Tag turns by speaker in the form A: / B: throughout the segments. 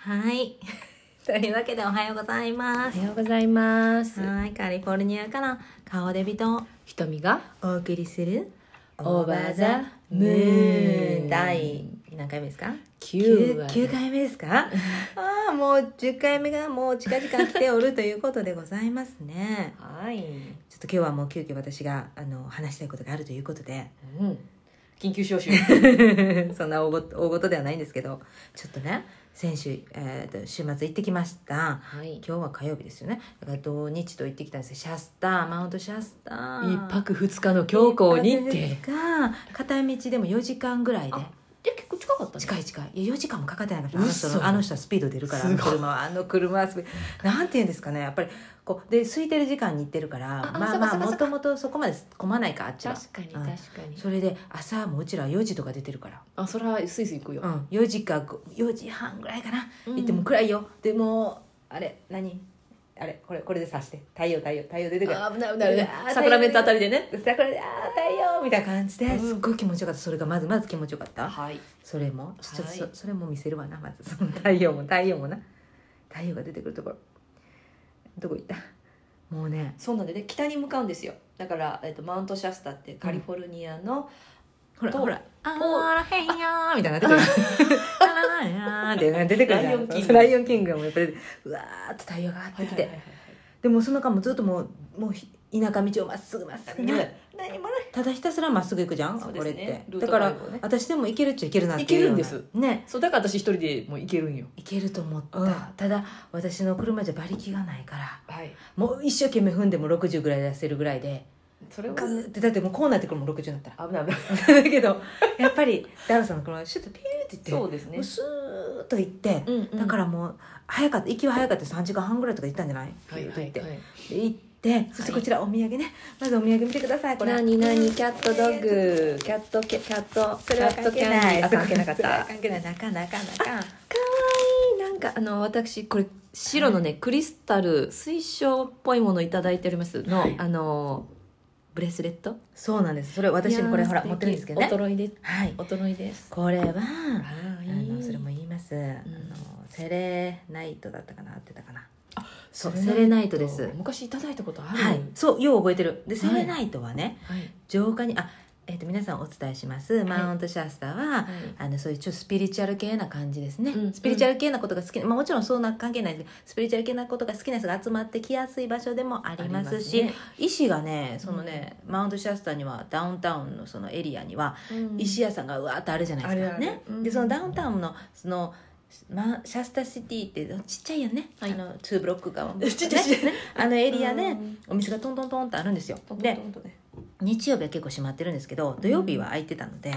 A: はい。 というわけでおはようございま
B: お
A: す。
B: はようございます。
A: はい、カリフォルニアから顔デビと
B: ひとみが
A: お送りする
B: Over the Moon
A: 第何回目ですか
B: 九
A: 九
B: 話
A: 九回目です かああ、もう10回目がもう近々来ておるということでございますね。
B: はい。
A: ちょっと今日はもう急遽私があの話したいことがあるということ で、
B: うん。緊急招集。
A: そんな大ご大ごとではないんですけど、ちょっとね、先週、えーと週末行ってきました。
B: はい。一
A: 今日は火曜日ですよねだから土日と行ってきたんですよシャスターマウントシャスター
B: 泊二日の強行にっ
A: 一
B: て。
A: 泊二日片道でも4時間ぐらいで
B: あで結構近かったね。
A: 近い近いいや4時間もかかってないからあの人
B: 嘘
A: のあの人はスピード出るからあ
B: すご
A: の
B: い
A: 車はあの車はスピードなんて言うんですかねやっぱりこうで空いてる時間に行ってるから
B: ああ
A: ま
B: そ
A: あ
B: っか
A: まあ
B: そ
A: も
B: っかそっか
A: ともとそこまで混まないかあっちは
B: 確かに
A: うん
B: 確かに。
A: それで朝もうちら4時とか出てるから、
B: あそれはスイスイ行くよ。
A: うん、4時か4時半ぐらいかな
B: うん
A: 行っても暗いよでもうあれ何あれこれこれで刺して太陽太陽太陽出てくる
B: あ危ない危
A: う
B: な
A: わ
B: い
A: ー
B: 危ない。桜メントあたりでね。
A: そしたらこれで「あー太陽」みたいな感じで
B: うん
A: すっごい気持ちよかったそれがまずまず気持ちよかった
B: はい。
A: それもちょっと
B: はい
A: そそれも見せるわなまずその太陽も太陽もな太陽が出てくるところどこ行ったもうね
B: そうなんでね北に向かうんですよ。だからえっとマウントシャスターってカリフォルニアの
A: ほら
B: と
A: ほら「あ
B: お
A: ーらへんよー」みたいなの出てくる「あらへんよー」って出てくるじゃん
B: ライオンキング
A: そうライオンキングもやっぱりうわーっと太陽が上がってきてでもその間もずっともうもうひ田舎道をまっすぐまっすぐ、
B: ね何もない。
A: ただひたすらまっすぐ行くじゃん、
B: そうで
A: こ
B: す
A: れ
B: ね
A: って
B: ルー
A: だ
B: ト
A: から
B: ファイブをね
A: 私でも行けるっちゃ行けるなっていうような
B: 行けるん
A: ね
B: そうだから私一人でもう行けるんよ。
A: 行けると思った、
B: うん
A: ただ私の車じゃ馬力がないから
B: はい。
A: もう一生懸命踏んでも60ぐらい出せるぐらいで
B: それ
A: グ
B: は
A: ーってだってもうこうなってくるもん60になったら
B: 危ない危ない。
A: だけどやっぱりダルさんの車はシュッとピューっていって
B: そうですね
A: もう。スーッと行って、
B: うんうん
A: だからもう早かった行きは早かった3時間半ぐらいとか行ったんじゃないピ
B: は
A: ュ
B: い
A: ー
B: は
A: ッと行っ
B: い
A: て、
B: はい。
A: で行ってそしてこちらお土産ね、まずお土産見てくださいこれ
B: 何何キャットドッグキャットキャキャット
A: それは関係ない。
B: キャットキャンディーあ関係なかっ
A: それは
B: た
A: 関係ない。なかなかなか。
B: かわいいなんかあの私これ白のね、クリスタル水晶っぽいものいただいておりますの、
A: はい
B: あのブレスレット
A: そうなんです。それ私もこれほら持ってるんですけどね
B: お。ろいです
A: はい。
B: おとろいです
A: これは
B: あ
A: あの
B: の
A: そ
B: そ
A: れ
B: れも
A: も言います。あのセレナイトだったかな合ってたかな。
B: そう
A: セレナイトです
B: 昔いただいたことある
A: はい。そうよう覚えてる。で
B: はい
A: セレナイトはね
B: はい
A: 浄化にあえっと皆さんお伝えします。マウントシャスターは
B: はい
A: あのそういうちょっとスピリチュアル系な感じですね、
B: うん
A: スピリチュアル系なことが好きな、まあ、もちろんそんな関係ないですけどスピリチュアル系なことが好きな人が集まってきやすい場所でもありますし
B: ありま
A: 医師がねそのね、マウントシャスターにはダウンタウンのそのエリアには
B: うん
A: 石屋さんがうわーっとあるじゃないですか、
B: あるある
A: ね
B: うん
A: でそのダウンタウンのそのまシャスターシティってちっちゃいよね、
B: はい
A: あの2ブロックが、
B: ちっちゃいちっちゃい
A: ねあのエリア
B: う
A: で
B: ん
A: お店がトントントンってあるんですよ
B: トント
A: で
B: ントンとね
A: 日曜日は結構閉まってるんですけど土曜日は空いてたので、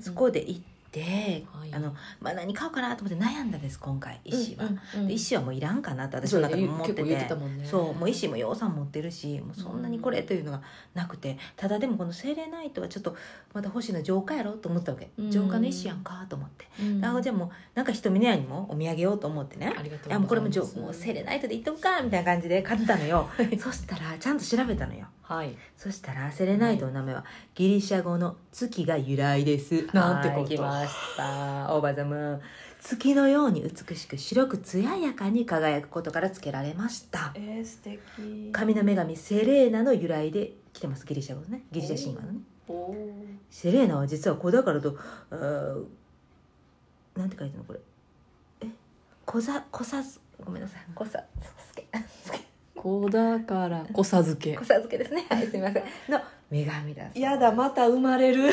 A: そこで行って、
B: はい
A: あのまあ、何買おうかなと思って悩んだんです今回石は。
B: うんうん
A: で石はもういらんかなと私の中でも思ってて
B: そうね結構言ってたもんね
A: そうもう石も洋さん持ってるしもうそんなにこれというのがなくてただでもこの精霊ナイトはちょっとまた欲しいの浄化やろと思ったわけ、
B: うん
A: 浄化の石やんかと思って、
B: うん
A: あじゃあもうなんか瞳ねやにもお土産をと思ってね
B: ありがとうございます
A: いやもうこれも浄もう精霊ナイトでいっとくかみたいな感じで買ったの よそしたらちゃんと調べたのよ
B: はい
A: そしたらセレナイトの名前はギリシャ語の月が由来です。
B: なんてこと
A: はい来ました。オーバーザムーン。月のように美しく白く艶やかに輝くことから付けられました。
B: えー、素敵
A: 神の女神セレーナの由来で来てます。ギリシャ語のね。ギリシャ神話のね。
B: おー
A: セレーナは実は子だからと、あーなんて書いてるのこれ。え、こざ、こさす、ごめんなさい。こさ、すけ、すけ、
B: 子だから子授 け
A: こさ漬けですね。はい、すみません。の女神だそうです。
B: やだまた生まれる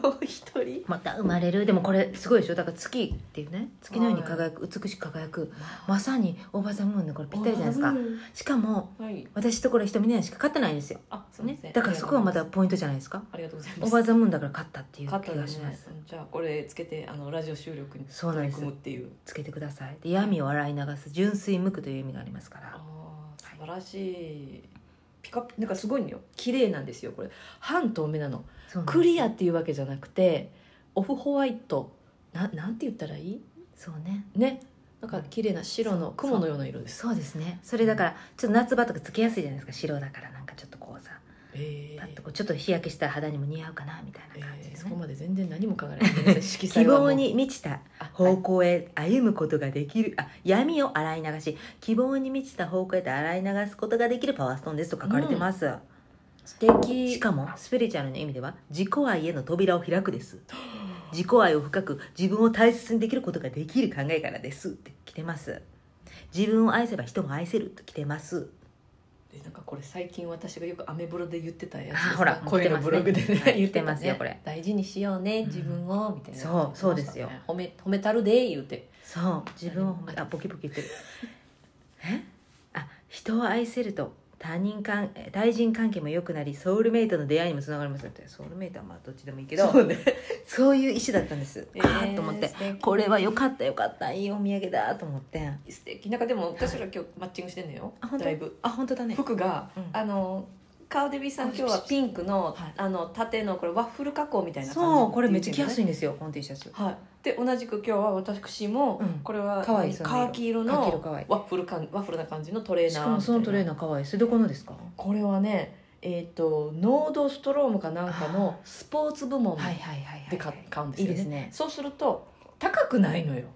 B: もう一人
A: また生まれるでもこれすごいでしょだから月っていうね月のように輝く美しく輝くまさにオーバーザムーンのこれぴったりじゃないですか
B: うん
A: しかも
B: はい
A: 私とこれ瞳ねしか勝ってないんですよ、
B: あそうで
A: ね
B: すね、
A: だからそこはまたポイントじゃないですか
B: ありがとうござい
A: オ
B: ま
A: ー
B: す
A: バーザムーンだから勝ったっていう気
B: 勝った
A: が
B: です
A: しま
B: ね
A: す
B: じゃあこれつけてあのラジオ収録に
A: そうなんで
B: 取り
A: す
B: 組むっていう
A: つけてくださいで闇を洗い流す純粋無垢という意味がありますか
B: あ
A: ら
B: ー素晴らしいピカピなんかすごいのよ綺麗なんですよこれ半透明なの
A: そうなんです
B: クリアっていうわけじゃなくてオフホワイトななんて言ったらいい
A: そうね
B: ねなんか綺麗な白の雲のような色です
A: そうですねそれだからちょっと夏場とかつけやすいじゃないですか白だからなんかちょっとこうさ
B: え
A: パッとこうちょっと日焼けした肌にも似合うかなみたいな感じで
B: えー
A: ね
B: そこまで全然何も考えない ごめんなさい色
A: 希
B: 彩はもう
A: 望に満ちた
B: あ
A: 方向へ歩むことができる、あ闇を洗い流し希望に満ちた方向へと洗い流すことができるパワーストーンですと書かれてます、
B: 素敵
A: しかもスピリチュアルの意味では自己愛への扉を開くです自己愛を深く自分を大切にできることができる考えからですって来てます自分を愛せば人も愛せると来てます
B: でなんかこれ最近私がよくアメブロで言ってたやつ
A: あほら
B: 声のブログでね
A: 来てますね
B: 言ってた
A: 来て
B: ね
A: ますよこれ
B: 大事にしようね
A: うん
B: 自分を、みたいな
A: そうそうですよ
B: 褒め褒めたるで言うて
A: そう自分を褒めあボキボキ言ってるえあ人を愛せると他人関え対人関係も良くなりソウルメイトの出会いにもつながりますってソウルメイトはまあどっちでもいいけどそう,、
B: ね
A: いう意思だったんです、
B: え
A: あ
B: ー
A: ーっと思って
B: 素敵
A: これは良かった良かったいいお土産だと思って
B: 素敵なんかでも私ら今日マッチングしてんのよ
A: あ本当
B: だいぶ
A: あ本当だね
B: 服が、
A: うん
B: あのカオデビさん今日はピンクの,、
A: はい
B: あの縦のこれワッフル加工みたいな感じ
A: そうこれめっちゃ着やすい
B: い
A: んですよこの T シャツ
B: はいで同じく今日は私も、
A: うん
B: これは
A: 可愛いその色
B: カーキ色
A: カーキ
B: の
A: 色可愛い
B: ワッフル感ワッフルな感じのトレーナー
A: しかもそのトレーナー可愛いそれでこのですか
B: これはねえっ、とノードストロームかなんかのスポーツ部門
A: はいはいはいはい
B: で買買うんです
A: いい
B: よね,、
A: ですね
B: そうすると高くないのよ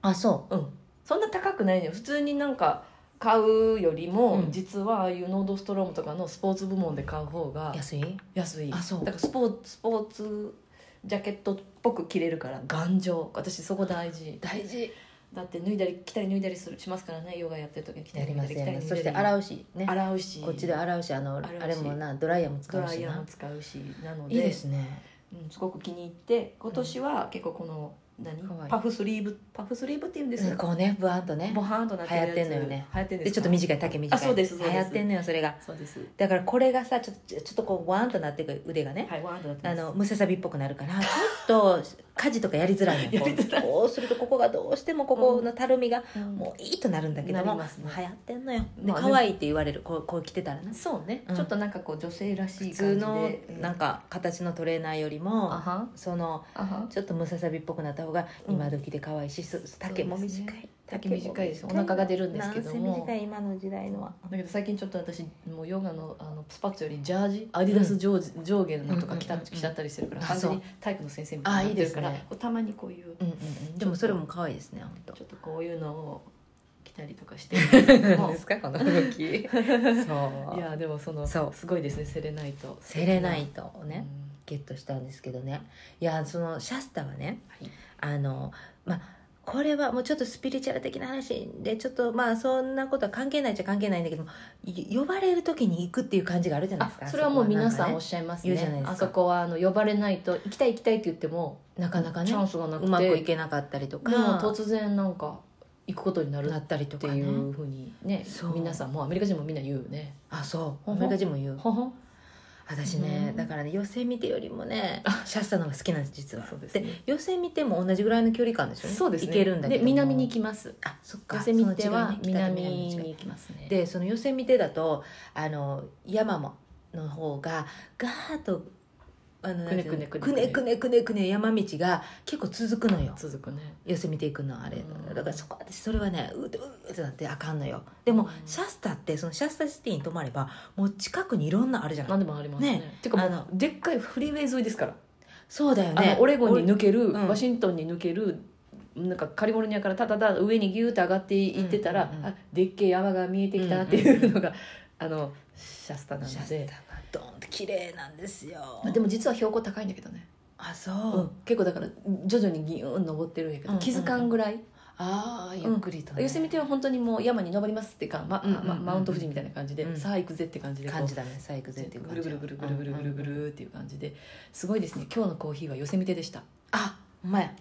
A: あそ
B: うんそんな高くないのよ普通になんか買うよりも、
A: うん
B: 実はああいうノードストロームとかのスポーツ部門で買う方が
A: う安い
B: 安い
A: あそう
B: だからスポーツスポーツジャケットっぽく着れるから頑丈私そこ大事
A: 大事
B: だって脱いだり着たり脱いだりするしますからねヨガやってる時に着た
A: や
B: り
A: り
B: 脱
A: ま
B: い
A: す
B: だり
A: や
B: 着た
A: りますそ
B: り脱いだり
A: して洗うしね
B: 洗うし
A: こっちで洗うしあの
B: 洗うし
A: あれもなドライヤーも使
B: ド
A: う
B: ラ
A: し
B: イヤーも
A: な
B: 使うしなので
A: いいですね
B: うん、すごく気に入って今年は結構この、
A: かわい
B: 何
A: い
B: パフスリーブパフスリーブっていうんです
A: こうねブワンとね
B: ボハーンとなってる
A: 流
B: やつ
A: 行ってんのよね
B: 流行ってんです
A: で
B: か
A: ちょっと短い丈短い
B: あそうですそうです
A: 流行ってんのよそれが
B: そうです
A: だからこれがさちょっとちょっとこうワーンとなってく腕がね
B: はいボハーンとなって
A: あ
B: ます
A: のムササビっぽくなるからちょっと家事とかやりづらいのこ
B: やりづ
A: うこうするとここがどうしてもここのたるみが
B: うん
A: もういいとなるんだけど
B: な
A: も、
B: りますね
A: 流行ってんのよで
B: まあね
A: 可愛いって言われるこうこう着てたらな
B: そうね、
A: うん
B: ちょっとなんかこう女性らし
A: 普
B: い感
A: 通
B: じで
A: のなん
B: か
A: か形のトレーナーより
B: あ
A: も
B: は
A: その
B: あは
A: ちょっとムササビっぽくなった方が
B: うん
A: 今時で可愛いし、そ丈も短
B: そうです
A: い
B: 丈短いですお腹が出るんですけども
A: なんせ短い今の時代のは
B: だけど最近ちょっと私もうヨガのあのスパッツよりジャージアディダス上,、上下のとか着た,、
A: うんうんうんうん
B: 着ちゃったりしてるから
A: あ
B: 完全に
A: そ
B: 体育の先生みたいになってるから
A: あいいですね
B: こうたまにこういう
A: うんうんうんでもそれも可愛いですね本当
B: ちょっとこういうのを着たりとかしてるんです けども
A: かこの動きそう
B: いやでも その
A: そう
B: すごいですねセレナイト
A: セレナイトを
B: うん
A: ね、ゲットしたんですけどねいやそのシャスタはね
B: はい
A: あのまあこれはもうちょっとスピリチュアル的な話でちょっとまあそんなことは関係ないっちゃ関係ないんだけどもい呼ばれる時に行くっていう感じがあるじゃない
B: あ
A: ですか
B: それはもう皆さんおっ
A: そ
B: しゃいます
A: 言
B: ね
A: うじゃないですか
B: あそこはあの呼ばれないと行きたい行きたいって言っても
A: こはなんかねなかなかね
B: チャンスがなくて
A: うまくいけなかったりとか
B: でも突然なんか行くことになる
A: な
B: っ
A: ったりと
B: て
A: かね
B: いうふうにね
A: そう
B: 皆さんもうアメリカ人もみんな言うよね
A: あそう
B: ほほ
A: アメリカ人も言う
B: ほほ
A: 私ね
B: うん
A: だからね寄せ見てよりもねシャスタの方が好きなんです実は
B: そうですね
A: 寄せ見ても同じぐらいの距離感でしょ
B: そうですね
A: 行けるんだけども
B: で南に行きます
A: あそっか
B: 寄せ見ては
A: その違いね北と
B: 南
A: の違い
B: に行きますね
A: でそのヨセミテだとあの山もの方がガーッとあの
B: くねくねく
A: く
B: ね
A: ねくねくねくね山道が結構続くのよ
B: 続くね
A: ヨセミテ行くのあれ
B: うん
A: だからそこ私それはねうーってうーってなってあかんのよでもシャスタってそのシャスタシティに泊まればもう近くにいろんなあるじゃない
B: 何でもありますね
A: ね
B: ていうかも
A: あ
B: う
A: の
B: でっかいフリーウェイ沿いですから
A: そうだよ
B: あ
A: ね
B: のオレゴンに抜ける、
A: うん
B: ワシントンに抜けるなんかカリフォルニアからただただ上にギューって上がっていってた
A: う
B: ら、
A: んうんうん
B: あでっけえ山が見えてきたっていうのが、あのシャスタ
A: お
B: なの
A: シャス
B: で
A: タがドーンって綺麗なんですよ
B: まあでも実は標高高いんだけどね、
A: あそう、
B: うん結構だから徐々にギューン登ってるんやけど、
A: うんうんうん
B: 気づかんぐらい
A: ああゆっくりと、ね
B: 寄せ見ては本当にもう山に登りますっていうか、ま
A: うんうんうん
B: まマウント富士みたいな感じで、
A: うん
B: さあ行くぜって感じでこう
A: 感じだねさあ行くぜっていう
B: ぐ
A: 感
B: る
A: じ
B: ぐるぐるぐるぐるぐるぐるっていう感じですごいですね今日のコーヒーは寄せ見てでした
A: あほんまや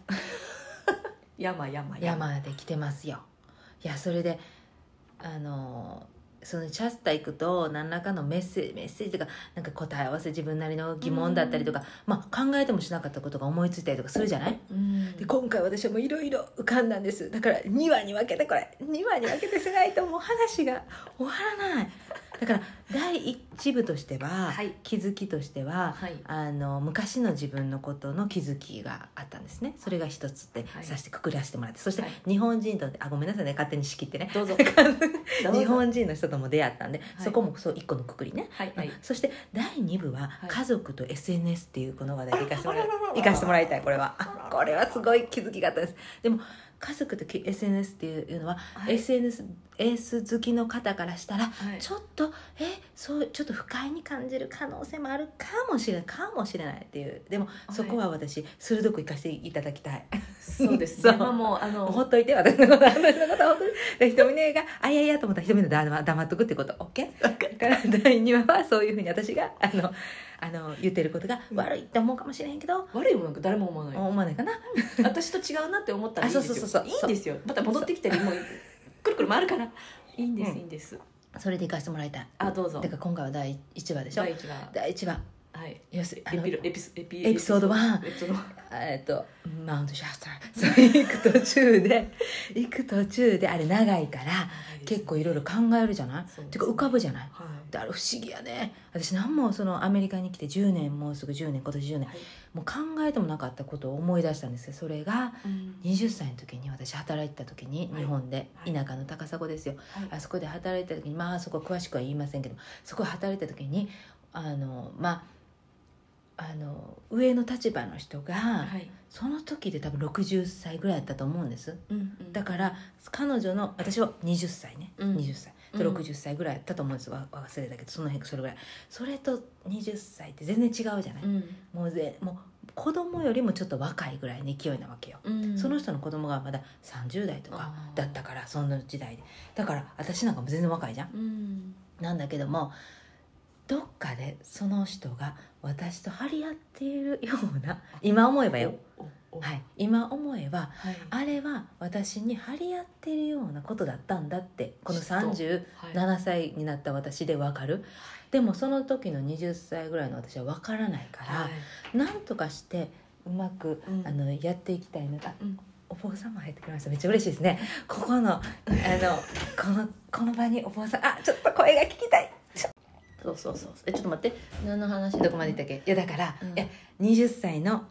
B: 山山
A: 山で来てますよいやそれであのそのシャスタ行くと何らかのメッセージメッセージとかなんか答え合わせ自分なりの疑問だったりとか、まあ、考えてもしなかったことが思いついたりとかするじゃない
B: うん
A: で今回私はもういろいろ浮かんだんですだから2話に分けてこれ2話に分けてしないともう話が終わらないだから第一部としては、
B: はい
A: 気づきとしては、
B: はい
A: あの昔の自分のことの気づきがあったんですねそれが一つって
B: はい
A: さしてくくらしてもらって、そして
B: はい
A: 日本人とあごめんなさいね勝手に仕切ってね
B: どうぞどうぞ
A: 日本人の人とも出会ったんで、
B: い
A: そこもそう一個のくくりね、
B: はいはい
A: そして第2部は「
B: い
A: 家族と SNS」っていうこの話題でいかしてもらい
B: あらららら
A: いかしてもらいたいこれは
B: あらららら
A: これはすごい気づきがあったんですでも家族とき SNS っていうのは、
B: はい
A: SNS エース好きの方からしたら
B: はい
A: ちょっとえそうちょっと不快に感じる可能性もあるかもしれないかもしれないっていうでも
B: い
A: そこは私鋭く生かしていただきたい、
B: そうですね
A: そう
B: まあもうあの
A: ほっといて私のこと私のことほっといてで瞳の映があいやいやと思ったら瞳のだま黙っとくってこと OK? だから第2話はそういうふうに私があのあの言ってることが
B: うん
A: 悪いって思うかもしれへんけど、
B: 悪いもんなんか誰も思わない
A: 思わないかな
B: 私と違うなって思ったらいいんですよ
A: あそうそうそうそう
B: いいんですよまた戻ってきたりもうくるくる回るからいいんです、
A: うん
B: いいんです
A: それで行かせてもらいたい
B: あどうぞ
A: だから今回は第1話でしょ
B: 第一が
A: 第1話
B: はい
A: 要する
B: エ
A: に
B: ピロエピソエピ
A: エピソードワン
B: エピソードワン
A: えっとマウントシャスター それ行く途中で 行く途中であれ長いから 結構いろいろ考えるじゃない
B: そうですね
A: てか浮かぶじゃない
B: は
A: であれ不思議やね私何もそのアメリカに来て10年もうすぐ10年今年10
B: い、
A: 年
B: はい
A: もう考えてもなかったことを思い出したんですよそれが
B: うん
A: 20歳の時に私働いてた時に
B: はい
A: 日本で
B: はい
A: 田舎の高砂ですよ
B: はい
A: あそこで働いてた時にまあそこ詳しくは言いませんけどそこ働いてた時にあのまああの上の立場の人が
B: はい
A: その時で多分60歳ぐらいだったと思うんです
B: うんうん
A: だから彼女の私は20歳ね、
B: うん
A: 20歳と
B: うん
A: 60歳ぐらいだったと思うんですわ忘れたけどその辺それぐらいそれと20歳って全然違うじゃない、
B: うん
A: もうぜもう子供よりもちょっと若いぐらいの勢いなわけよ、
B: うん
A: その人の子供がまだ30代とか
B: あー
A: だったからその時代でだから私なんかも全然若いじゃん
B: うん
A: なんだけどもどっかでその人が私と張り合っているような今思えばよ、
B: おおお
A: はい、今思えば
B: はい
A: あれは私に張り合ってるようなことだったんだってこの
B: ちょっと
A: 37
B: はい
A: 歳になった私で分かるでもその時の20歳ぐらいの私は分からないから、
B: はい
A: なんとかしてうまく、
B: うん
A: あのやっていきたいなと、あ
B: うん
A: お坊さんも入ってくれましためっちゃ嬉しいですねここのあのこのこの場にお坊さんあちょっと声が聞きたいちょそうそうそうえちょっと待って
B: 何の話
A: どこまでいったっけいやだから、
B: うん
A: いや20歳の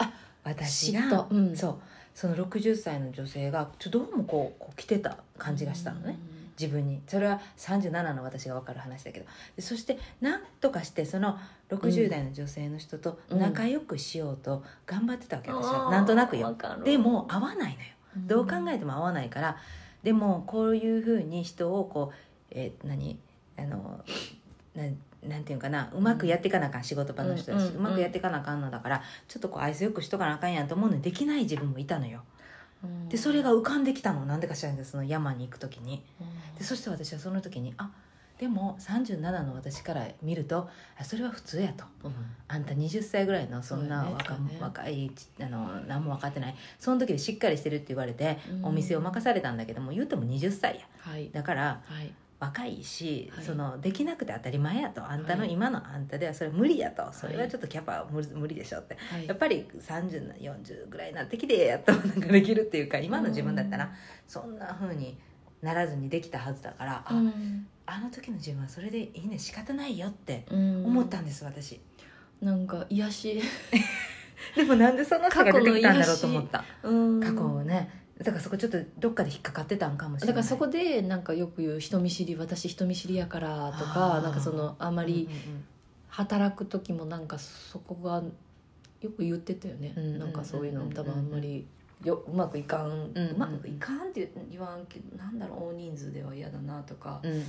A: 私が
B: 嫉、妬うん
A: そうその60歳の女性がちょどうもこうこう来てた感じがしたのね、自分にそれは37の私が分かる話だけどでそして何とかしてその60代の女性の人と仲良くしようと頑張ってたわけ、私はなんとなくよでも合わないのよどう考えても合わないから、でもこういうふうに人をこう、えー何あのななんていうかなうまくやっていかなあかん、仕事場の人だし、う
B: うんうん
A: まくやっていかなあかんのだからちょっとこう愛想よくしとかなあかんやんと思うのにできない自分もいたのよでそれが浮かんできたのなんでか知らんけどその山に行く時にでそして私はその時にあでも37の私から見るとあそれは普通やとあんた20歳ぐらいのそんな
B: そうやね
A: 若,、
B: そうね
A: 若いちあの何も分かってないその時でしっかりしてるって言われて、お店を任されたんだけども言うても20歳や
B: はい
A: だから
B: はい
A: 若いし、
B: はい
A: そのできなくて当たり前やとあんたの
B: はい
A: 今のあんたではそれ無理やとそれはちょっとキャパは無理無理でしょって、
B: はい
A: やっぱり3040ぐらいになってきてやっと なんかできるっていうか今の自分だったらそんな風にならずにできたはずだから、あ
B: うん
A: あの時の自分はそれでいいね仕方ないよって
B: うん
A: 思ったんです私
B: なんか癒し
A: でもなんでその人が出てきたんだろうと思った
B: うん
A: 過去をねだからそこちょっとどっかで引っかかってたんかもしれ
B: だ
A: な
B: か
A: い
B: らそこでなんかよく言う人見知り私人見知りやからとか
A: あー
B: なんかそのあん
A: あ
B: まり働く時もなんかそこがよく言ってたよね、
A: うん
B: なんかそういうの
A: うん
B: 多分あんまりようまくいかん、うんうまくいかんって言わんけどなんだろう大人数では嫌だなとか、
A: うんうん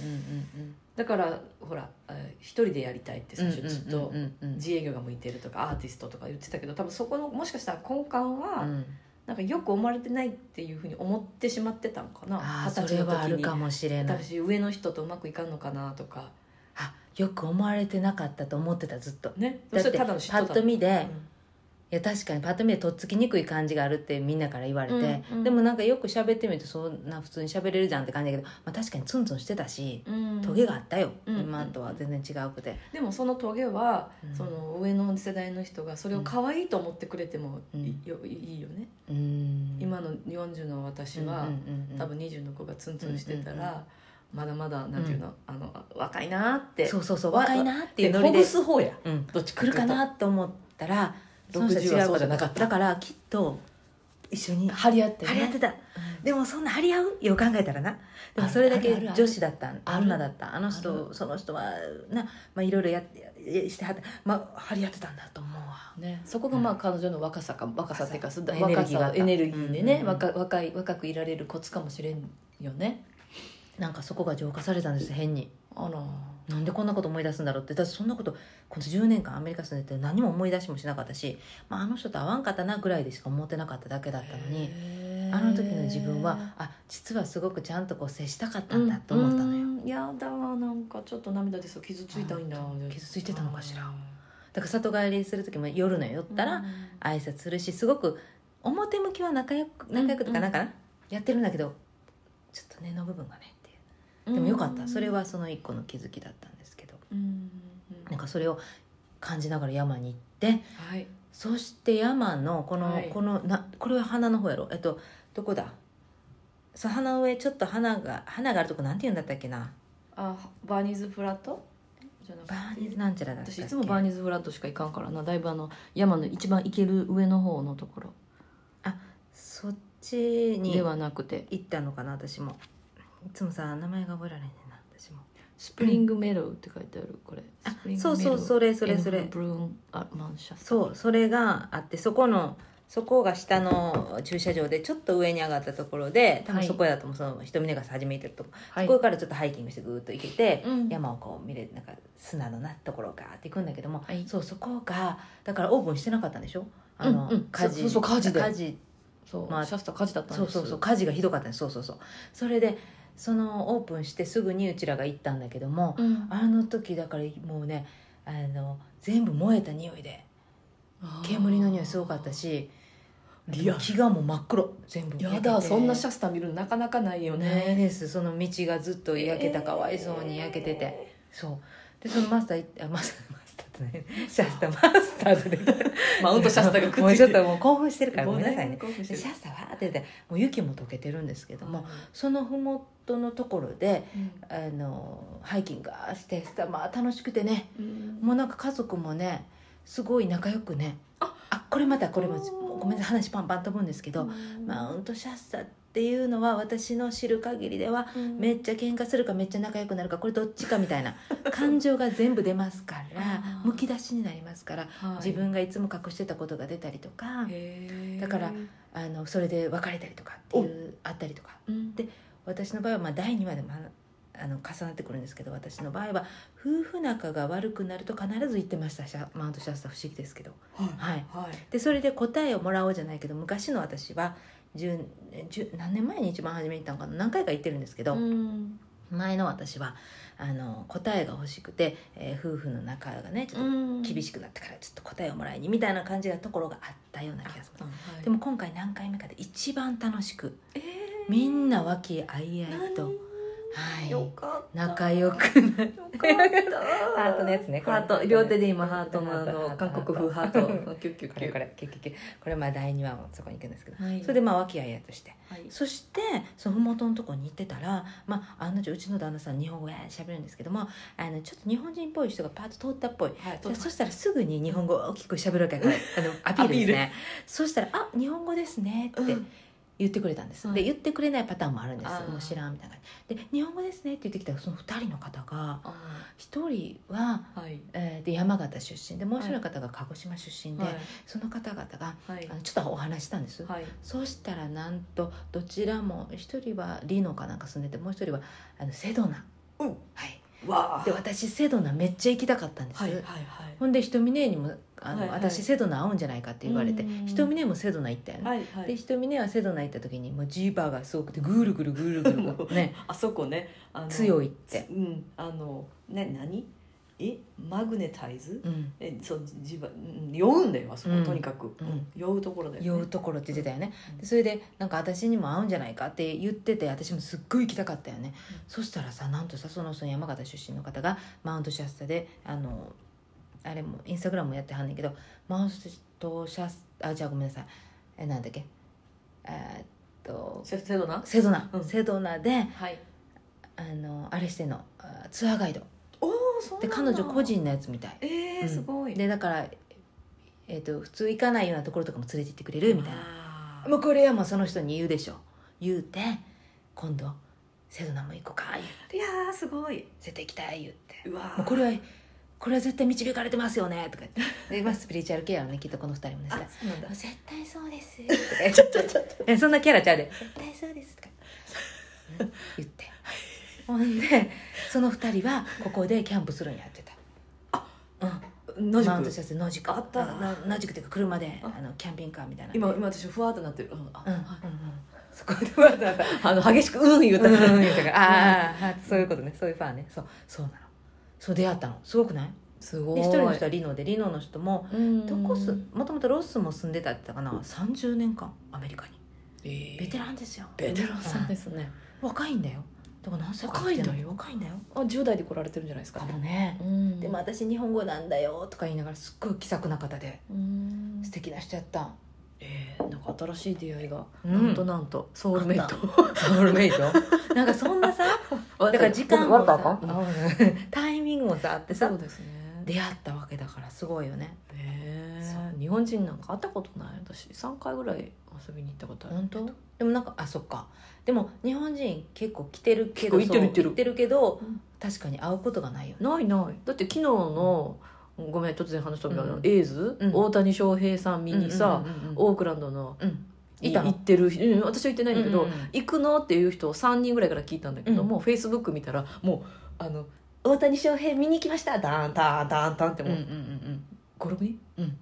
B: だからほらえー一人でやりたいって
A: うん
B: 最初ずっと
A: うんうんうんうん
B: 自営業が向いてるとかアーティストとか言ってたけど多分そこのもしかしたら根幹
A: う
B: は
A: ん
B: なんかよく思われてないっていうふうに思ってしまってたんかな
A: ああそ
B: 二十歳
A: れ
B: の
A: はあ
B: 時
A: る
B: に
A: かもしれない
B: 私上の人とうまくいかんのかなとか
A: あよく思われてなかったと思ってたずっと
B: ねそ
A: だっ
B: してて
A: パ
B: ただの嫉
A: ッ
B: 妬だ
A: と見で、
B: うん
A: いや確かにパッと見でとっつきにくい感じがあるってみんなから言われて、
B: うんうん
A: でもなんかよく喋ってみるとそんな普通に喋れるじゃんって感じだけど、まあ、確かにツンツンしてたし、
B: うん
A: トゲがあったよ、
B: うん
A: 今とは全然違うくて、
B: でもそのトゲは、
A: うん
B: その上の世代の人がそれを可愛いと思ってくれても
A: う
B: い,、
A: ん
B: よいいよね、
A: うん
B: 今の40の私は、多分20の子がツンツンしてたら、まだまだなんていうの,、あの若いなーって
A: そうそうそう
B: わ
A: 若いなってい
B: で
A: うノ
B: ほ
A: リ
B: ぐ
A: です
B: 方や
A: うん、
B: どっち
A: 来るかなと思ったらその人
B: 60はそうじゃなかった
A: だからきっと一緒に張
B: 張り合って、ね、
A: り合ってた、でもそんな張り合うよ考えたらなでもそれだ
B: あるある
A: け
B: ある
A: 女子だった
B: ある
A: 女だったあの
B: あ
A: 人その人はな、まあ、いろいろやってやしてはった、まあ、張り合ってたんだと思うわ
B: ね、そこがまあ彼女の若さか若さっていうか
A: 若さ
B: だ
A: エネルギー
B: 若さ
A: が
B: エネルギーでね、
A: うんうんうん
B: 若若い若くいられるコツかもしれんよね
A: なんかそこが浄化されたんです変に
B: あら
A: なんでこんなこと思い出すんだろうって私そんなことこの10年間アメリカ住んでて何も思い出しもしなかったし、まあ、あの人と会わんかったなぐらいでしか思ってなかっただけだったのにあの時の自分はあ実はすごくちゃんとこう接したかったんだと思ったのよ、
B: よ、いやだわなんかちょっと涙ですよ傷ついたんだ
A: 傷ついてたのかしらだから里帰りする時も夜の寄った
B: う
A: ら
B: ん
A: 挨拶するしすごく表向きは仲良く仲良くと
B: うん
A: か
B: うん
A: なんかな、やってるんだけどちょっと根の部分がねっていうでもよかったそれ、はその一個の気づきだったんですけど
B: うんうん
A: なんかそれを感じながら山に行って
B: はい
A: そして山のこの、
B: はい
A: このなこれは花の方やろえっとどこだそう花の上ちょっと花が花があるとこなんて言うんだったっけな
B: あバーニーズフラットじゃなくて
A: バーニーズなんちゃらだったっ
B: 私
A: け
B: いつもバーニーズフラットしか行かんからなだいぶあの山の一番行ける上の方のところ
A: そっちに
B: ではなくて
A: 行ったのかな私もいつもさ名前が覚えられねえな私も
B: スプリングメロウって書いてあるこれ
A: あ
B: スプリング
A: そう
B: メロウ
A: そうそれそれそ
B: エン
A: れ
B: フブルーンあマンシャス
A: そうそれがあってそこのそこが下の駐車場でちょっと上に上がったところで多分そこやともその人峰が始めてるとこ、
B: はい
A: そこからちょっとハイキングしてぐーっと行けて、
B: うん
A: 山をこう見れなんか砂のなところがって行くんだけども、
B: はい
A: そうそこがだからオーブンしてなかったんでしょあの、
B: うんうん
A: 火事
B: そうそう火事で
A: 火事
B: そう、
A: まあ
B: シャスタ火事だったん
A: そう
B: です
A: そうそう火事がひどかったんですそうそうそうそれでそのオープンしてすぐにうちらが行ったんだけども、
B: うん
A: あの時だからもうねあの全部燃えた匂いで煙の匂いすごかったし
B: リアル
A: 木がもう真っ黒全部
B: やだそんなシ
A: ャ
B: ャスタ見るのなかなかないよ
A: ない
B: ね
A: ですその道がずっと焼けた、かわいそうに焼けててそうでそのマスター行ってあマスターマスターってねシャスターマスターとね
B: マウントシャスタがく
A: も
B: っ
A: う
B: つい
A: ち
B: て
A: ょっともう興奮してるからごめんなさいね
B: もうだぶ興奮し
A: シ
B: てる
A: ャスターわーって言ってもう雪も溶けてるんですけども、そのふもとのところであのハイキングがしてまあ楽しくてね
B: うん
A: もうなんか家族もねすごい仲良くねあこれまたこれまた
B: おー
A: ごめんなさい話パンパン飛ぶんですけど、マウントシャッサっていうのは私の知る限りでは
B: うん
A: めっちゃ喧嘩するかめっちゃ仲良くなるかこれどっちかみたい な感情が全部出ますか
B: あ
A: ら
B: ー
A: むき出しになりますから、
B: はい
A: 自分がいつも隠してたことが出たりとか
B: へー
A: だからあのそれで別れたりとかっていうあったりとか
B: うん
A: で私の場合はまあ第2話でもあのあの重なってくるんですけど私の場合は夫婦仲が悪くなると必ず言ってましたシャマウントシャッサ不思議ですけど
B: はい
A: はい
B: はい
A: でそれで答えをもらおうじゃないけど昔の私は10 10何年前に一番初めに行ったのかな何回か行ってるんですけど、
B: うん
A: 前の私はあの答えが欲しくて、えー夫婦の仲がねちょっ
B: うん
A: と厳しくなったからちょっと答えをもらいにみたいな感じなところがあったような気がします
B: あ
A: る、
B: はい
A: でも今回何回目かで一番楽しく
B: えー
A: みんな和気あいあいと、
B: 何
A: は
B: よ
A: い、
B: かった
A: 仲良くなっ
B: よ かった
A: ハートのやつねこれ
B: ハート両手で今ハートのあ
A: ハー
B: の
A: トハート
B: 韓国風ハートキュッキュッ
A: こ
B: キ
A: れこ
B: ュ
A: れキュッキュッキュッこれまあ第2話もそこに行くんですけど、
B: はい
A: それでまあ和気あいあいとして。
B: はい
A: そしてその麓のとこに行ってたら、まあ、あのうちの旦那さん日本語や喋るんですけどもあのちょっと日本人っぽい人がパーッと通ったっぽい
B: はい
A: でそしたらすぐに日本語を大きく喋るからこれあの アピールですねそしたら「あ日本語ですね」
B: う
A: って
B: ん
A: 言ってくれたんです、
B: はい
A: で言ってくれないパターンもあるんです
B: あー
A: もう知らんみたいな感じで「日本語ですね」って言ってきたその2人の方が
B: あ
A: 1人は、
B: ーはい
A: えーで山形出身でもう1人の方が鹿児島出身で、その方々が
B: はい
A: あのちょっとお話ししたんです、
B: はい
A: そうしたらなんとどちらも一人はリノかなんか住んでてもう一人はあのセドナ、
B: うん
A: はい、
B: わあ
A: で私セドナめっちゃ行きたかったんです、
B: はいはいはい
A: ほんで瞳姉にもあの、
B: はいはい
A: 私セドナ合うんじゃないか」って言われて
B: うん
A: 瞳姉もセドナ行ったよね、
B: はいは
A: で
B: い
A: 瞳姉はセドナ行った時にもうジーバーがすごくてぐるぐるぐるぐるぐるね
B: あそこね あの
A: 強いって
B: つ、うんあのね何えマグネタイズ
A: うん、
B: えそう自分うん酔うんだよあそこ
A: うん
B: とにかく
A: うん
B: 酔うところだよね
A: 酔うところって言ってたよね、
B: うん
A: でそれでなんか私にも合うんじゃないかって言ってて私もすっごい行きたかったよね、
B: うん
A: そしたらさなんとさそのその山形出身の方がマウントシャスタであのあれもインスタグラムもやってはんねんけどマウントシャスタあじゃあごめんなさいえなんだっけえーっと
B: セセドナ
A: セドナ、
B: うん
A: セドナで
B: はい
A: あのあれしてんのあツアーガイド
B: おおそう
A: で彼女個人のやつみたい
B: え
A: う
B: ー、
A: ん
B: すごい、
A: でだから、えー、と普通行かないようなところとかも連れて行ってくれるみたいな
B: な
A: もうこれはもうその人に言うでしょ言うて今度セドナも行こうか言う
B: いやーすごい
A: 絶対行きたい言って
B: うわー
A: もうこれはこれは絶対導かれてますよねとか言ってで、まあ、スピリチュアルケアのねきっとこの二人もね
B: あそうなんだ
A: 絶対そうですとか言って
B: ちょちょちょ
A: えそんなキャラちゃうで「絶対そうです」とかうん言ってほんでその二人はここでキャンプするんやってたあ
B: 野
A: うん
B: 宿
A: マウントシャツ野宿
B: あった
A: うんな野宿っていうか車で
B: あ
A: あのキャンピングカーみたいな
B: 今今私ふわーっとなってる、うんあ
A: うんうんう
B: はい
A: んそこでまたうん
B: あの激しく「うん」言ったから、
A: うん言うたからああはいそういうことねそういうファンねそうそうなのそう出会ったのすごくない
B: すご
A: で
B: い
A: 一人の人はリノでリノの人も
B: うん
A: どこすもともとロスも住んでたって言ったかな30年間アメリカに
B: えー
A: ベテランですよ
B: ベテランさんですすね
A: 若いんだよだから何歳か生きてんの若いんだよ
B: あ10代で来られてるんじゃないですか
A: かもね
B: うん
A: でも私日本語なんだよとか言いながらすっごい気さくな方で
B: うん
A: 素敵な人やった
B: えー、なんか新しい出会いが、
A: うん
B: なんとなんとソウルメイト
A: あっ ソウルメイトなんかそんな さ だから時間も
B: 割った
A: さ
B: らあかん
A: あうんタイミングもさあってさ
B: そうですね
A: 出会ったわけだからすごいよね
B: へ
A: そ
B: え日本人なんか会ったことない私3回ぐらい遊びに行ったことある
A: 本当でもなんかあそっかでも日本人結構来てるけど
B: 結構
A: そう
B: 行ってる行ってる
A: 行ってるけど、
B: うん
A: 確かに会うことがないよね
B: ないないだって昨日のごめん突然話したけど、
A: うん
B: あのエイズ、
A: うん
B: 大谷翔平さん見にさ、
A: うんうんうん
B: オークランドの
A: うんいた
B: 行
A: の
B: ってる人うん私は行ってないんだけど、
A: うんうんうん
B: 行くのっていう人を3人ぐらいから聞いたんだけども、フェイスブック見たらもうあの大谷翔平見に来ましたダーンダーンダーンダーンってもう、56人、
A: うん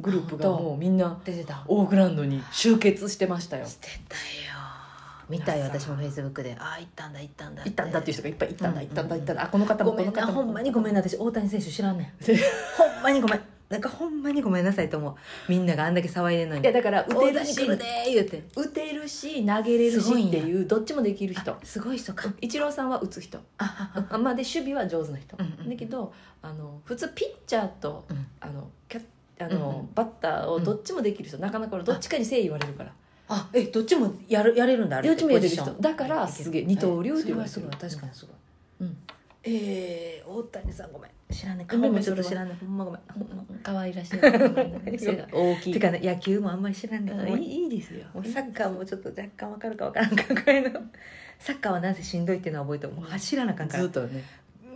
B: グループがもうみんな
A: 出てた
B: オークランドに集結してましたよ
A: してたよ見たよ
B: 皆
A: 私
B: さ
A: も
B: ん
A: フェイスブックでああ行ったんだ行ったんだ
B: 行ったんだっていう
A: う
B: 人がいっぱい行ったんだ
A: うん
B: 行ったんだ行ったんだあこの方も
A: ご
B: こ
A: め
B: の
A: んな
B: 方
A: ほ
B: も
A: んまにごめん
B: な
A: な私大谷選手知 らんねんほんまにごめんなんかほんまにごめんなさいと思うみんながあんだけ騒いでんの
B: いや
A: に
B: だから打て
A: 大
B: る
A: 谷
B: し
A: 来るでー言うて
B: 打てるし投げれる
A: す
B: し
A: ごいんや
B: っていうどっちもできる人
A: あすごい人か
B: イチローさんは打つ人
A: あああ
B: あまあで守備は上手な人、
A: うんうん
B: だけどあの普通ピッチャーと
A: うん
B: あのキャあ
A: うんう
B: の、バッターをどっちもできる人、なかなか俺どっちかに誠意言われるから
A: あえどっちもやるやれるんだあれ
B: どっちもやれ
A: ポ
B: る
A: ジション
B: 人だから
A: いける
B: すげえ二刀流って言われて
A: そ
B: る
A: れはすごい確かにすごい、
B: うん
A: えー、大谷さんごめん知らねえ
B: ごめ
A: 顔
B: ん
A: もちょっと知らねえほんまごめんほんま
B: 可愛 らしい
A: 背が
B: 大きい
A: てかね野球もあんまり知らんねえほんまに
B: いいですよ
A: もうサッカーもちょっと若干わかるかわからんかぐらいのサッカーはなぜしんどいっていうのは覚えてももう走らなあかんから
B: ずっとね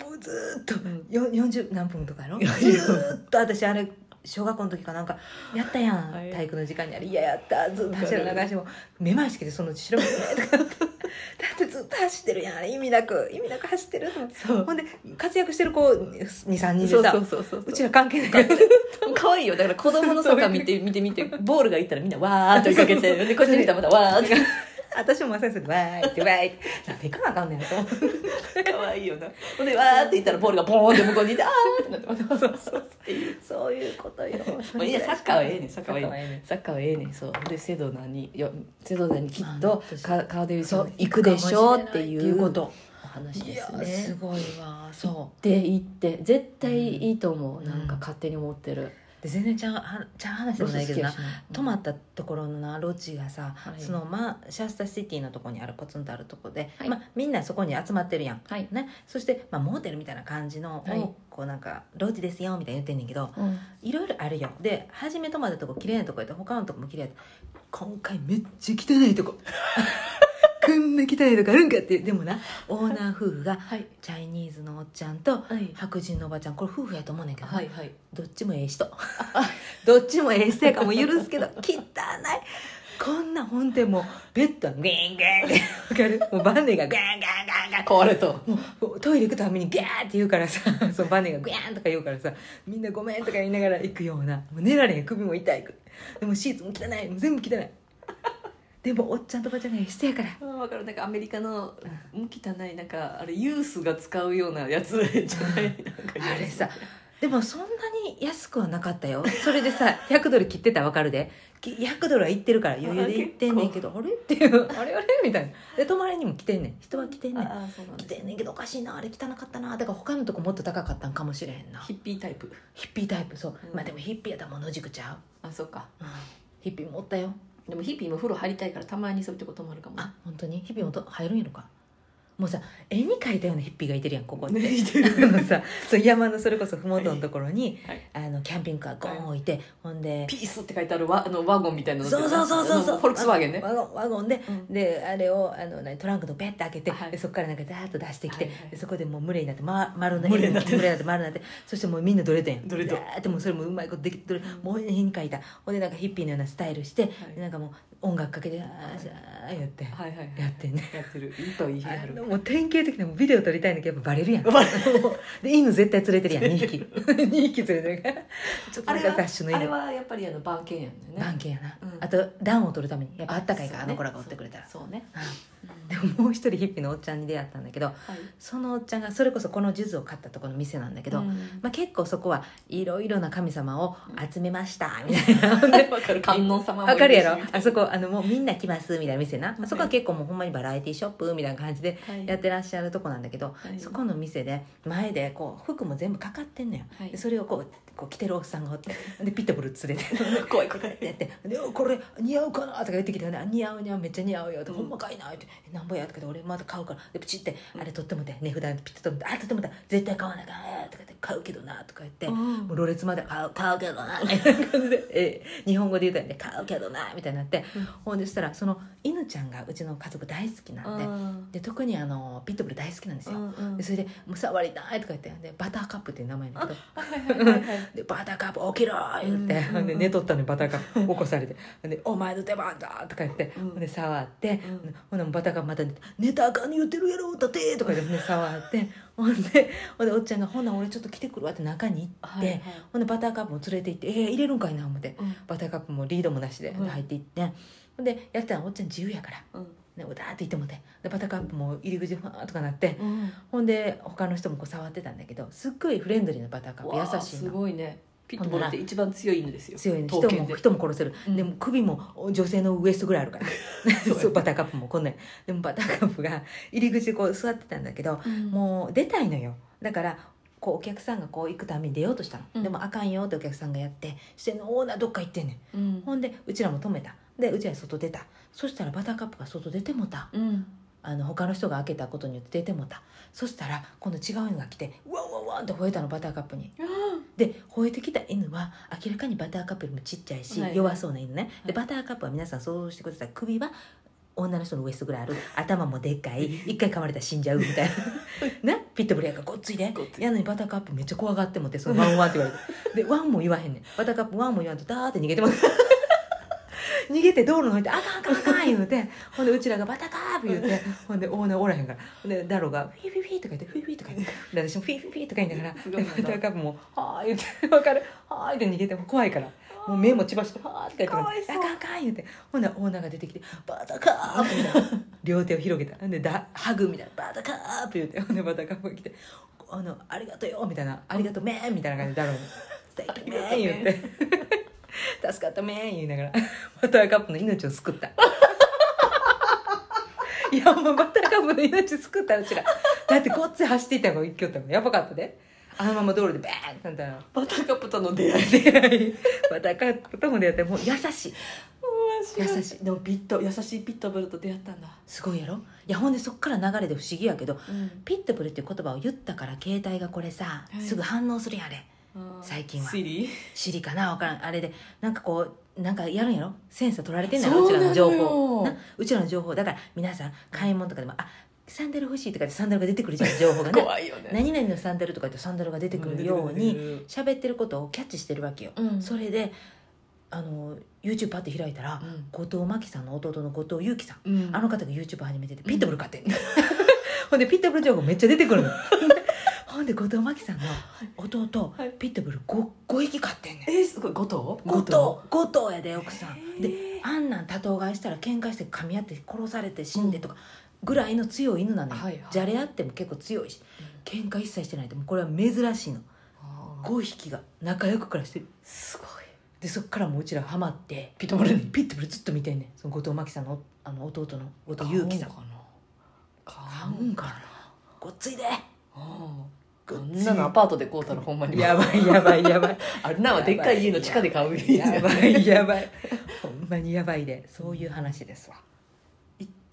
A: もうずーっと
B: ん
A: よ40何分とかやろず
B: 40
A: ーっと私あれ小学校の時かなんかやったやん
B: はい
A: 体育の時間にあれ「いややった」ずっと走る流してもめまいしてきてその後ろ見てだってずっと走ってるやんあれ意味なく意味なく走ってると思って
B: そう
A: ほんで活躍してる子23人
B: そ
A: でさ
B: うそうそうそう
A: うちら関係ないから
B: 可愛いよだから子供のサッカー見て見て見てボールがいったらみんなわーって追いかけてでこっち見たらまた わーって
A: 私もまさにそれわーいってわーいって なんで行かなあかんねんと思って
B: 可愛いよなほんでわーっていったらボールがボーンって向こうにいてあーってなってまたそうそうっていう
A: そういうことよ
B: もういいやサッカーはええねんサッカーはええね
A: ね
B: んサッカーはええねんそうでセドナによセドナにきっ
A: まあ
B: と
A: ね私
B: か川出由紀さ
A: そ
B: ん
A: う
B: 行くでしょうってい
A: 行く
B: う
A: かもしれないっていうこと
B: お話
A: い
B: で
A: や
B: す
A: ーす
B: ね
A: ごいわーそう
B: で行って絶対いいと思う、
A: うん
B: なんか勝手に思ってる、
A: で全然ちゃうはちゃう話でもないけどな、泊ま
B: っ
A: ったところのなロッジがさ、
B: はい
A: そのまあシャスタシティのとこにあるポツンとあるとこで、
B: はい
A: まあ、みんなそこに集まってるやん、
B: はい
A: ね、そして、まあ、モーテルみたいな感じのを、
B: はい
A: こうなんかロッジですよみたいに言ってんねんけど
B: うん
A: いろいろあるよで初め泊まったとこ綺麗なとこやった他のとこも綺麗やった今回めっちゃ汚いとこ こんな汚いとこあるんかってでもなオーナー夫婦が
B: はい
A: チャイニーズのおっちゃんと
B: はい
A: 白人のおばちゃんこれ夫婦やと思うねんけどな、
B: はいはい
A: どっちもええ人どっちもええ人やからもう許すけど汚いこんな本店もうベッドはグイングインってわかるもうバネがグイングイングイング
B: 壊れと
A: インもうトイレ行くためにギャーって言うからさそのバネがグイーンとか言うからさみんなごめんとか言いながら行くようなもう寝られへん首も痛いでもシーツも汚いもう全部汚いでもおっちゃんとおばちゃんがええ人やから
B: あーわかるなんかアメリカのうん汚いなんかあれユースが使うようなやつじゃないなんか
A: あれさでもそんなに安くはなかったよそれでさ100ドル切ってたら分かるでき100ドルは行ってるから余裕で行ってんねんけどあれっていうあれあれみたいなで泊まりにも来てんねん人は来てんねん
B: ああそうなん
A: 来
B: だ
A: てんねんけどおかしいなあれ汚かったなだから他のとこもっと高かったんかもしれへんな
B: ヒッピータイプ
A: ヒッピータイプそう、
B: うん
A: まあでもヒッピーやったらもう野宿ちゃ
B: あそうか
A: う、うん、ヒッピーもおったよ
B: でもヒッピーも風呂入りたいからたまにそういうとこ泊まるかも
A: あ本当にヒッピーもと入るんやろかもうさ絵に描いたようなヒッピーがいてるやんここって。
B: い て
A: あのさそう山のそれこそ麓のところに、
B: はい
A: あのキャンピングカーゴーン置いて、ほんで
B: ピースって書いてあるワあのワゴンみたいなの
A: そうそうそうそうそう
B: フォルクスワーゲンね
A: ワゴンワゴンで、
B: うん
A: であれをあの何トランクのペッて開けて、
B: はい
A: でそこからなんかダーッと出してきて、
B: はいはい
A: でそこでもう群れになって、ま、丸の
B: 群れになって
A: 群れになって丸になってそしてもうみんなどれてん
B: どれと
A: ダーッてもうそれもうまいことできてどれもう絵に描いたほんでなんかヒッピーのようなスタイルして、でなんかもう音楽かけてあーしゃーやって、
B: はいはいはい
A: やってんね
B: やってるいいと言い張
A: あ
B: る
A: のもう典型的なもうビデオ撮りたいんだけどやっぱバレるやん
B: バ
A: もうで犬絶対連れてるやん2匹 2匹連れてるからちょっと
B: あ
A: な
B: れ
A: んか
B: は
A: 雑種の
B: あれ
A: 犬
B: はやっぱりあの番犬やんだよね
A: 番犬やな、
B: うん
A: あと暖を取るためにやっぱあったかいから、
B: そう
A: あ
B: ね
A: の子らが追ってくれたら
B: そうね
A: うんでももう一人ヒッピーのおっちゃんに出会ったんだけど
B: はい
A: そのおっちゃんがそれこそこの数珠を買ったとこの店なんだけど、
B: うん
A: まあ、結構そこはいろいろな神様を集めましたみたいな、
B: わか る観音様もい
A: わ
B: るし
A: かるやろあそこあのもうみんな来ますみたいな店な、
B: はい
A: そこは結構もうほんまにバラエティショップみたいな感じで
B: はい
A: やってらっしゃるとこなんだけど、
B: はい
A: そこの店で前でこう服も全部かかってんのよ、
B: はい
A: でそれをこうこう着てるおっさんがおってでピットブル連れて
B: 怖い怖い
A: やって「でこれ似合うかな?」とか言ってきて「似合う似合うめっちゃ似合うよ」って「
B: うん
A: ほんまかいな」って「なんぼや」とか言って「俺まだ買うから」でプチって「あれ取ってもて値札ピッと取って「あ取ってもて絶対買わなあかん」とか言って「買うけどな」とか言って。
B: うん
A: もうろれつまで買う買うけどなみたいな感じで、えー日本語で言うたらね買うけどなみたいになって、
B: うん
A: ほんでしたらその犬ちゃんがうちの家族大好きなんで,、
B: うん
A: で特にあのピットブル大好きなんですよ、
B: うん
A: でそれで「もう触りたい」とか言ってでバターカップっていう名前だけど
B: はいはいはい
A: でバターカップ起きろ言って、
B: うんうんうん
A: で寝とったのにバターカップ起こされて「でお前の出番だ!」とか言って、
B: うん
A: ほんで触って、
B: うん
A: ほんでバターカップまた寝て「寝たらあかん言ってるやろ立て!」とか言って、ほんで触ってほんでほんでおっちゃんが「ほな俺ちょっと来てくるわ」って中に行っ
B: は
A: て、
B: いはい
A: ほんでバターカップも連れて行って「えー、入れるんかいな」思って
B: うん
A: バターカップもリードもなしで
B: うん
A: 入っていって、ほんでやってたらおっちゃん自由やから。
B: うん
A: ね、うだーって行ってもってでバターカップも入り口ふわーっとかなって
B: うん
A: ほんで他の人もこう触ってたんだけどすっごいフレンドリーなバターカ
B: わあ
A: ップ優しい
B: す
A: の
B: ごいねピットボルって一番強い犬ですよ
A: 強いね
B: 刀
A: 人
B: 剣
A: も
B: で
A: 人も殺せる、
B: うん
A: でも首も女性のウエストぐらいある から
B: そう
A: そうバターカップもこんなんでもバターカップが入り口でこう座ってたんだけど
B: も
A: もう出たいのよだからこうお客さんがこう行くために出ようとしたの、
B: うん
A: でもあかんよってお客さんがやってしてのオーナーどっか行ってんね
B: うん
A: ほんでうちらも止めたでうちら外出たそしたらバターカップが外出てもた
B: うん
A: あの他の人が開けたことによって出てもたそしたら今度違う犬が来てうわうわうわんって吠えたのバターカップにで吠えてきた犬は明らかにバターカップよりもちっちゃいし、
B: はい
A: 弱そうな犬ね、で
B: は
A: バターカップは皆さん想像してください首は女の人のウエストぐらいある頭もでっかい一回噛まれたら死んじゃうみたい ななピットブルやからごっついで
B: ごっつい
A: やのにバターカップめっちゃ怖がってもってそのワンワンって言われて でワンも言わへんねんバターカップワンも 言わんとダーって逃げてます逃げて道路の方行って「あかんあかんあかん」言うてほんでうちらが「バターカープ」言うてほんでオーナーおらへんからほんでダロが「フィフィフィ」とか言って「フィフィ」とか言ってで私も「フィフィフィ」とか言いながら
B: すごいな
A: バターカップも「はーい」言って「わかるはーい」って逃げてもう怖いからもう目も血ばして「はーい」とか言って「
B: かわいそ
A: あ
B: う
A: かんあかん」言うてほんならオーナーが出てきて「バターカープ」みたいな両手を広げたほんでだハグみたいな「バターカープ」言うてほんでバターカップが来て「あのありがとうよ」みたいな「ありがとうめー」みたいな感じでダロが「ステーキめー」言って「助かっためー」言いながらバターカップの命を救った。いやもうバターカップの命救ったうちらだってこっち走っていったのが一挙ったもんやばかったであのまま道路でバーンってなったら
B: バターカップとの出会 い
A: 出会いバターカップとも出会ってもう優しい白い
B: 優しいでもピット優しいピットブルと出会ったんだ、
A: すごいやろいやほんでそっから流れで不思議やけど
B: うん、
A: ピットブルっていう言葉を言ったから携帯がこれさ、
B: い
A: すぐ反応するやんあれ最近は
B: シリ
A: 知りかなわからんあれでなんかこうなんかやるんやろセンサー取られてんのやろち
B: そううな
A: ら
B: のよ
A: の情報なうちらの情報だから皆さん買い物とかでもあサンダル欲しいとかでサンダルが出てくるじゃん情報がね
B: 怖いよね
A: 何々のサンダルとか言ってサンダルが出てくるよう
B: 出てく
A: に
B: る出て
A: 喋ってることをキャッチしてるわけよ、
B: うん
A: それであの YouTube パッて開いたら、
B: うん
A: 後藤真希さんの弟の後藤祐樹さん、
B: くるうん
A: あの方が YouTube 始めててピットブル買ってん、 ほんでピットブル情報めっちゃ出てく るのほんで後藤真希さんの弟、
B: はい
A: ピットブル 5, 5匹買ってんねん
B: えー、すごい五頭
A: 後藤後藤やで奥さん
B: へ
A: で
B: ー
A: あんなん多頭買いしたら喧嘩して噛み合って殺されて死んでとかぐらいの強い犬なのよ、
B: はいはい
A: じゃれ合っても結構強いし喧嘩一切してないでもうこれは珍しいの
B: あー
A: 5匹が仲良く暮らしてる
B: すごい
A: でそっからもううちらハマって
B: ピットブルに
A: ピットブルずっと見てんねんその後藤真希さんのあの弟の後藤
B: 勇
A: 祐
B: 気
A: 樹
B: さ
A: さ
B: ん
A: ん
B: かな
A: 買う
B: 買
A: んかなごっついで
B: あ
A: ごっ
B: ん
A: つ
B: なのア
A: い
B: パートで買うたらほんまに
A: やばいやばいやばい
B: あんなはでっかい家の地下で買う
A: やばいやばいほんまにやばいでそういう話ですわ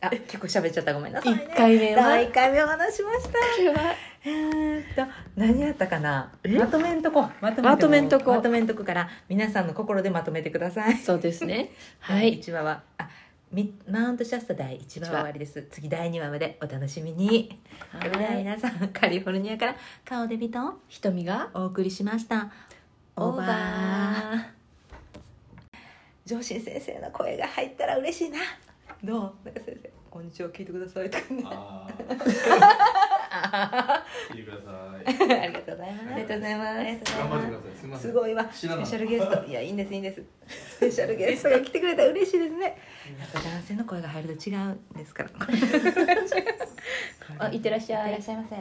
A: あ結構喋っちゃったごめんなさいね
B: 1回目は
A: 第一回目お話しましたえーっと何やったかな
B: え
A: まとめんとこまと
B: まとめんとこ
A: まとめんとこから皆さんの心でまとめてください
B: そうですねは
A: 第
B: い
A: 1話はあみマウントシャスタ第1話終わりです次第2話までお楽しみにそれでは皆さんカリフォルニアから顔でビトン
B: 瞳が
A: お送りしました
B: オーバー
A: 上新先生の声が入ったら嬉しいなどうなんか先生こんにちは聞いてくださいとかね
C: あー聞いてくださ
A: あ
C: い。
A: りがとうございます
C: ありがとうござい
A: ます
C: 頑張ってください。すみません。
A: すごいわス
C: 知らな
A: ペ
C: い
A: シャルゲス トいやいいんですいいんですスペシャルゲストが来てくれたら嬉しいですねやっぱ男性の 声が入ると違うんですから
B: あいってらっしゃい
A: いらっしゃいませ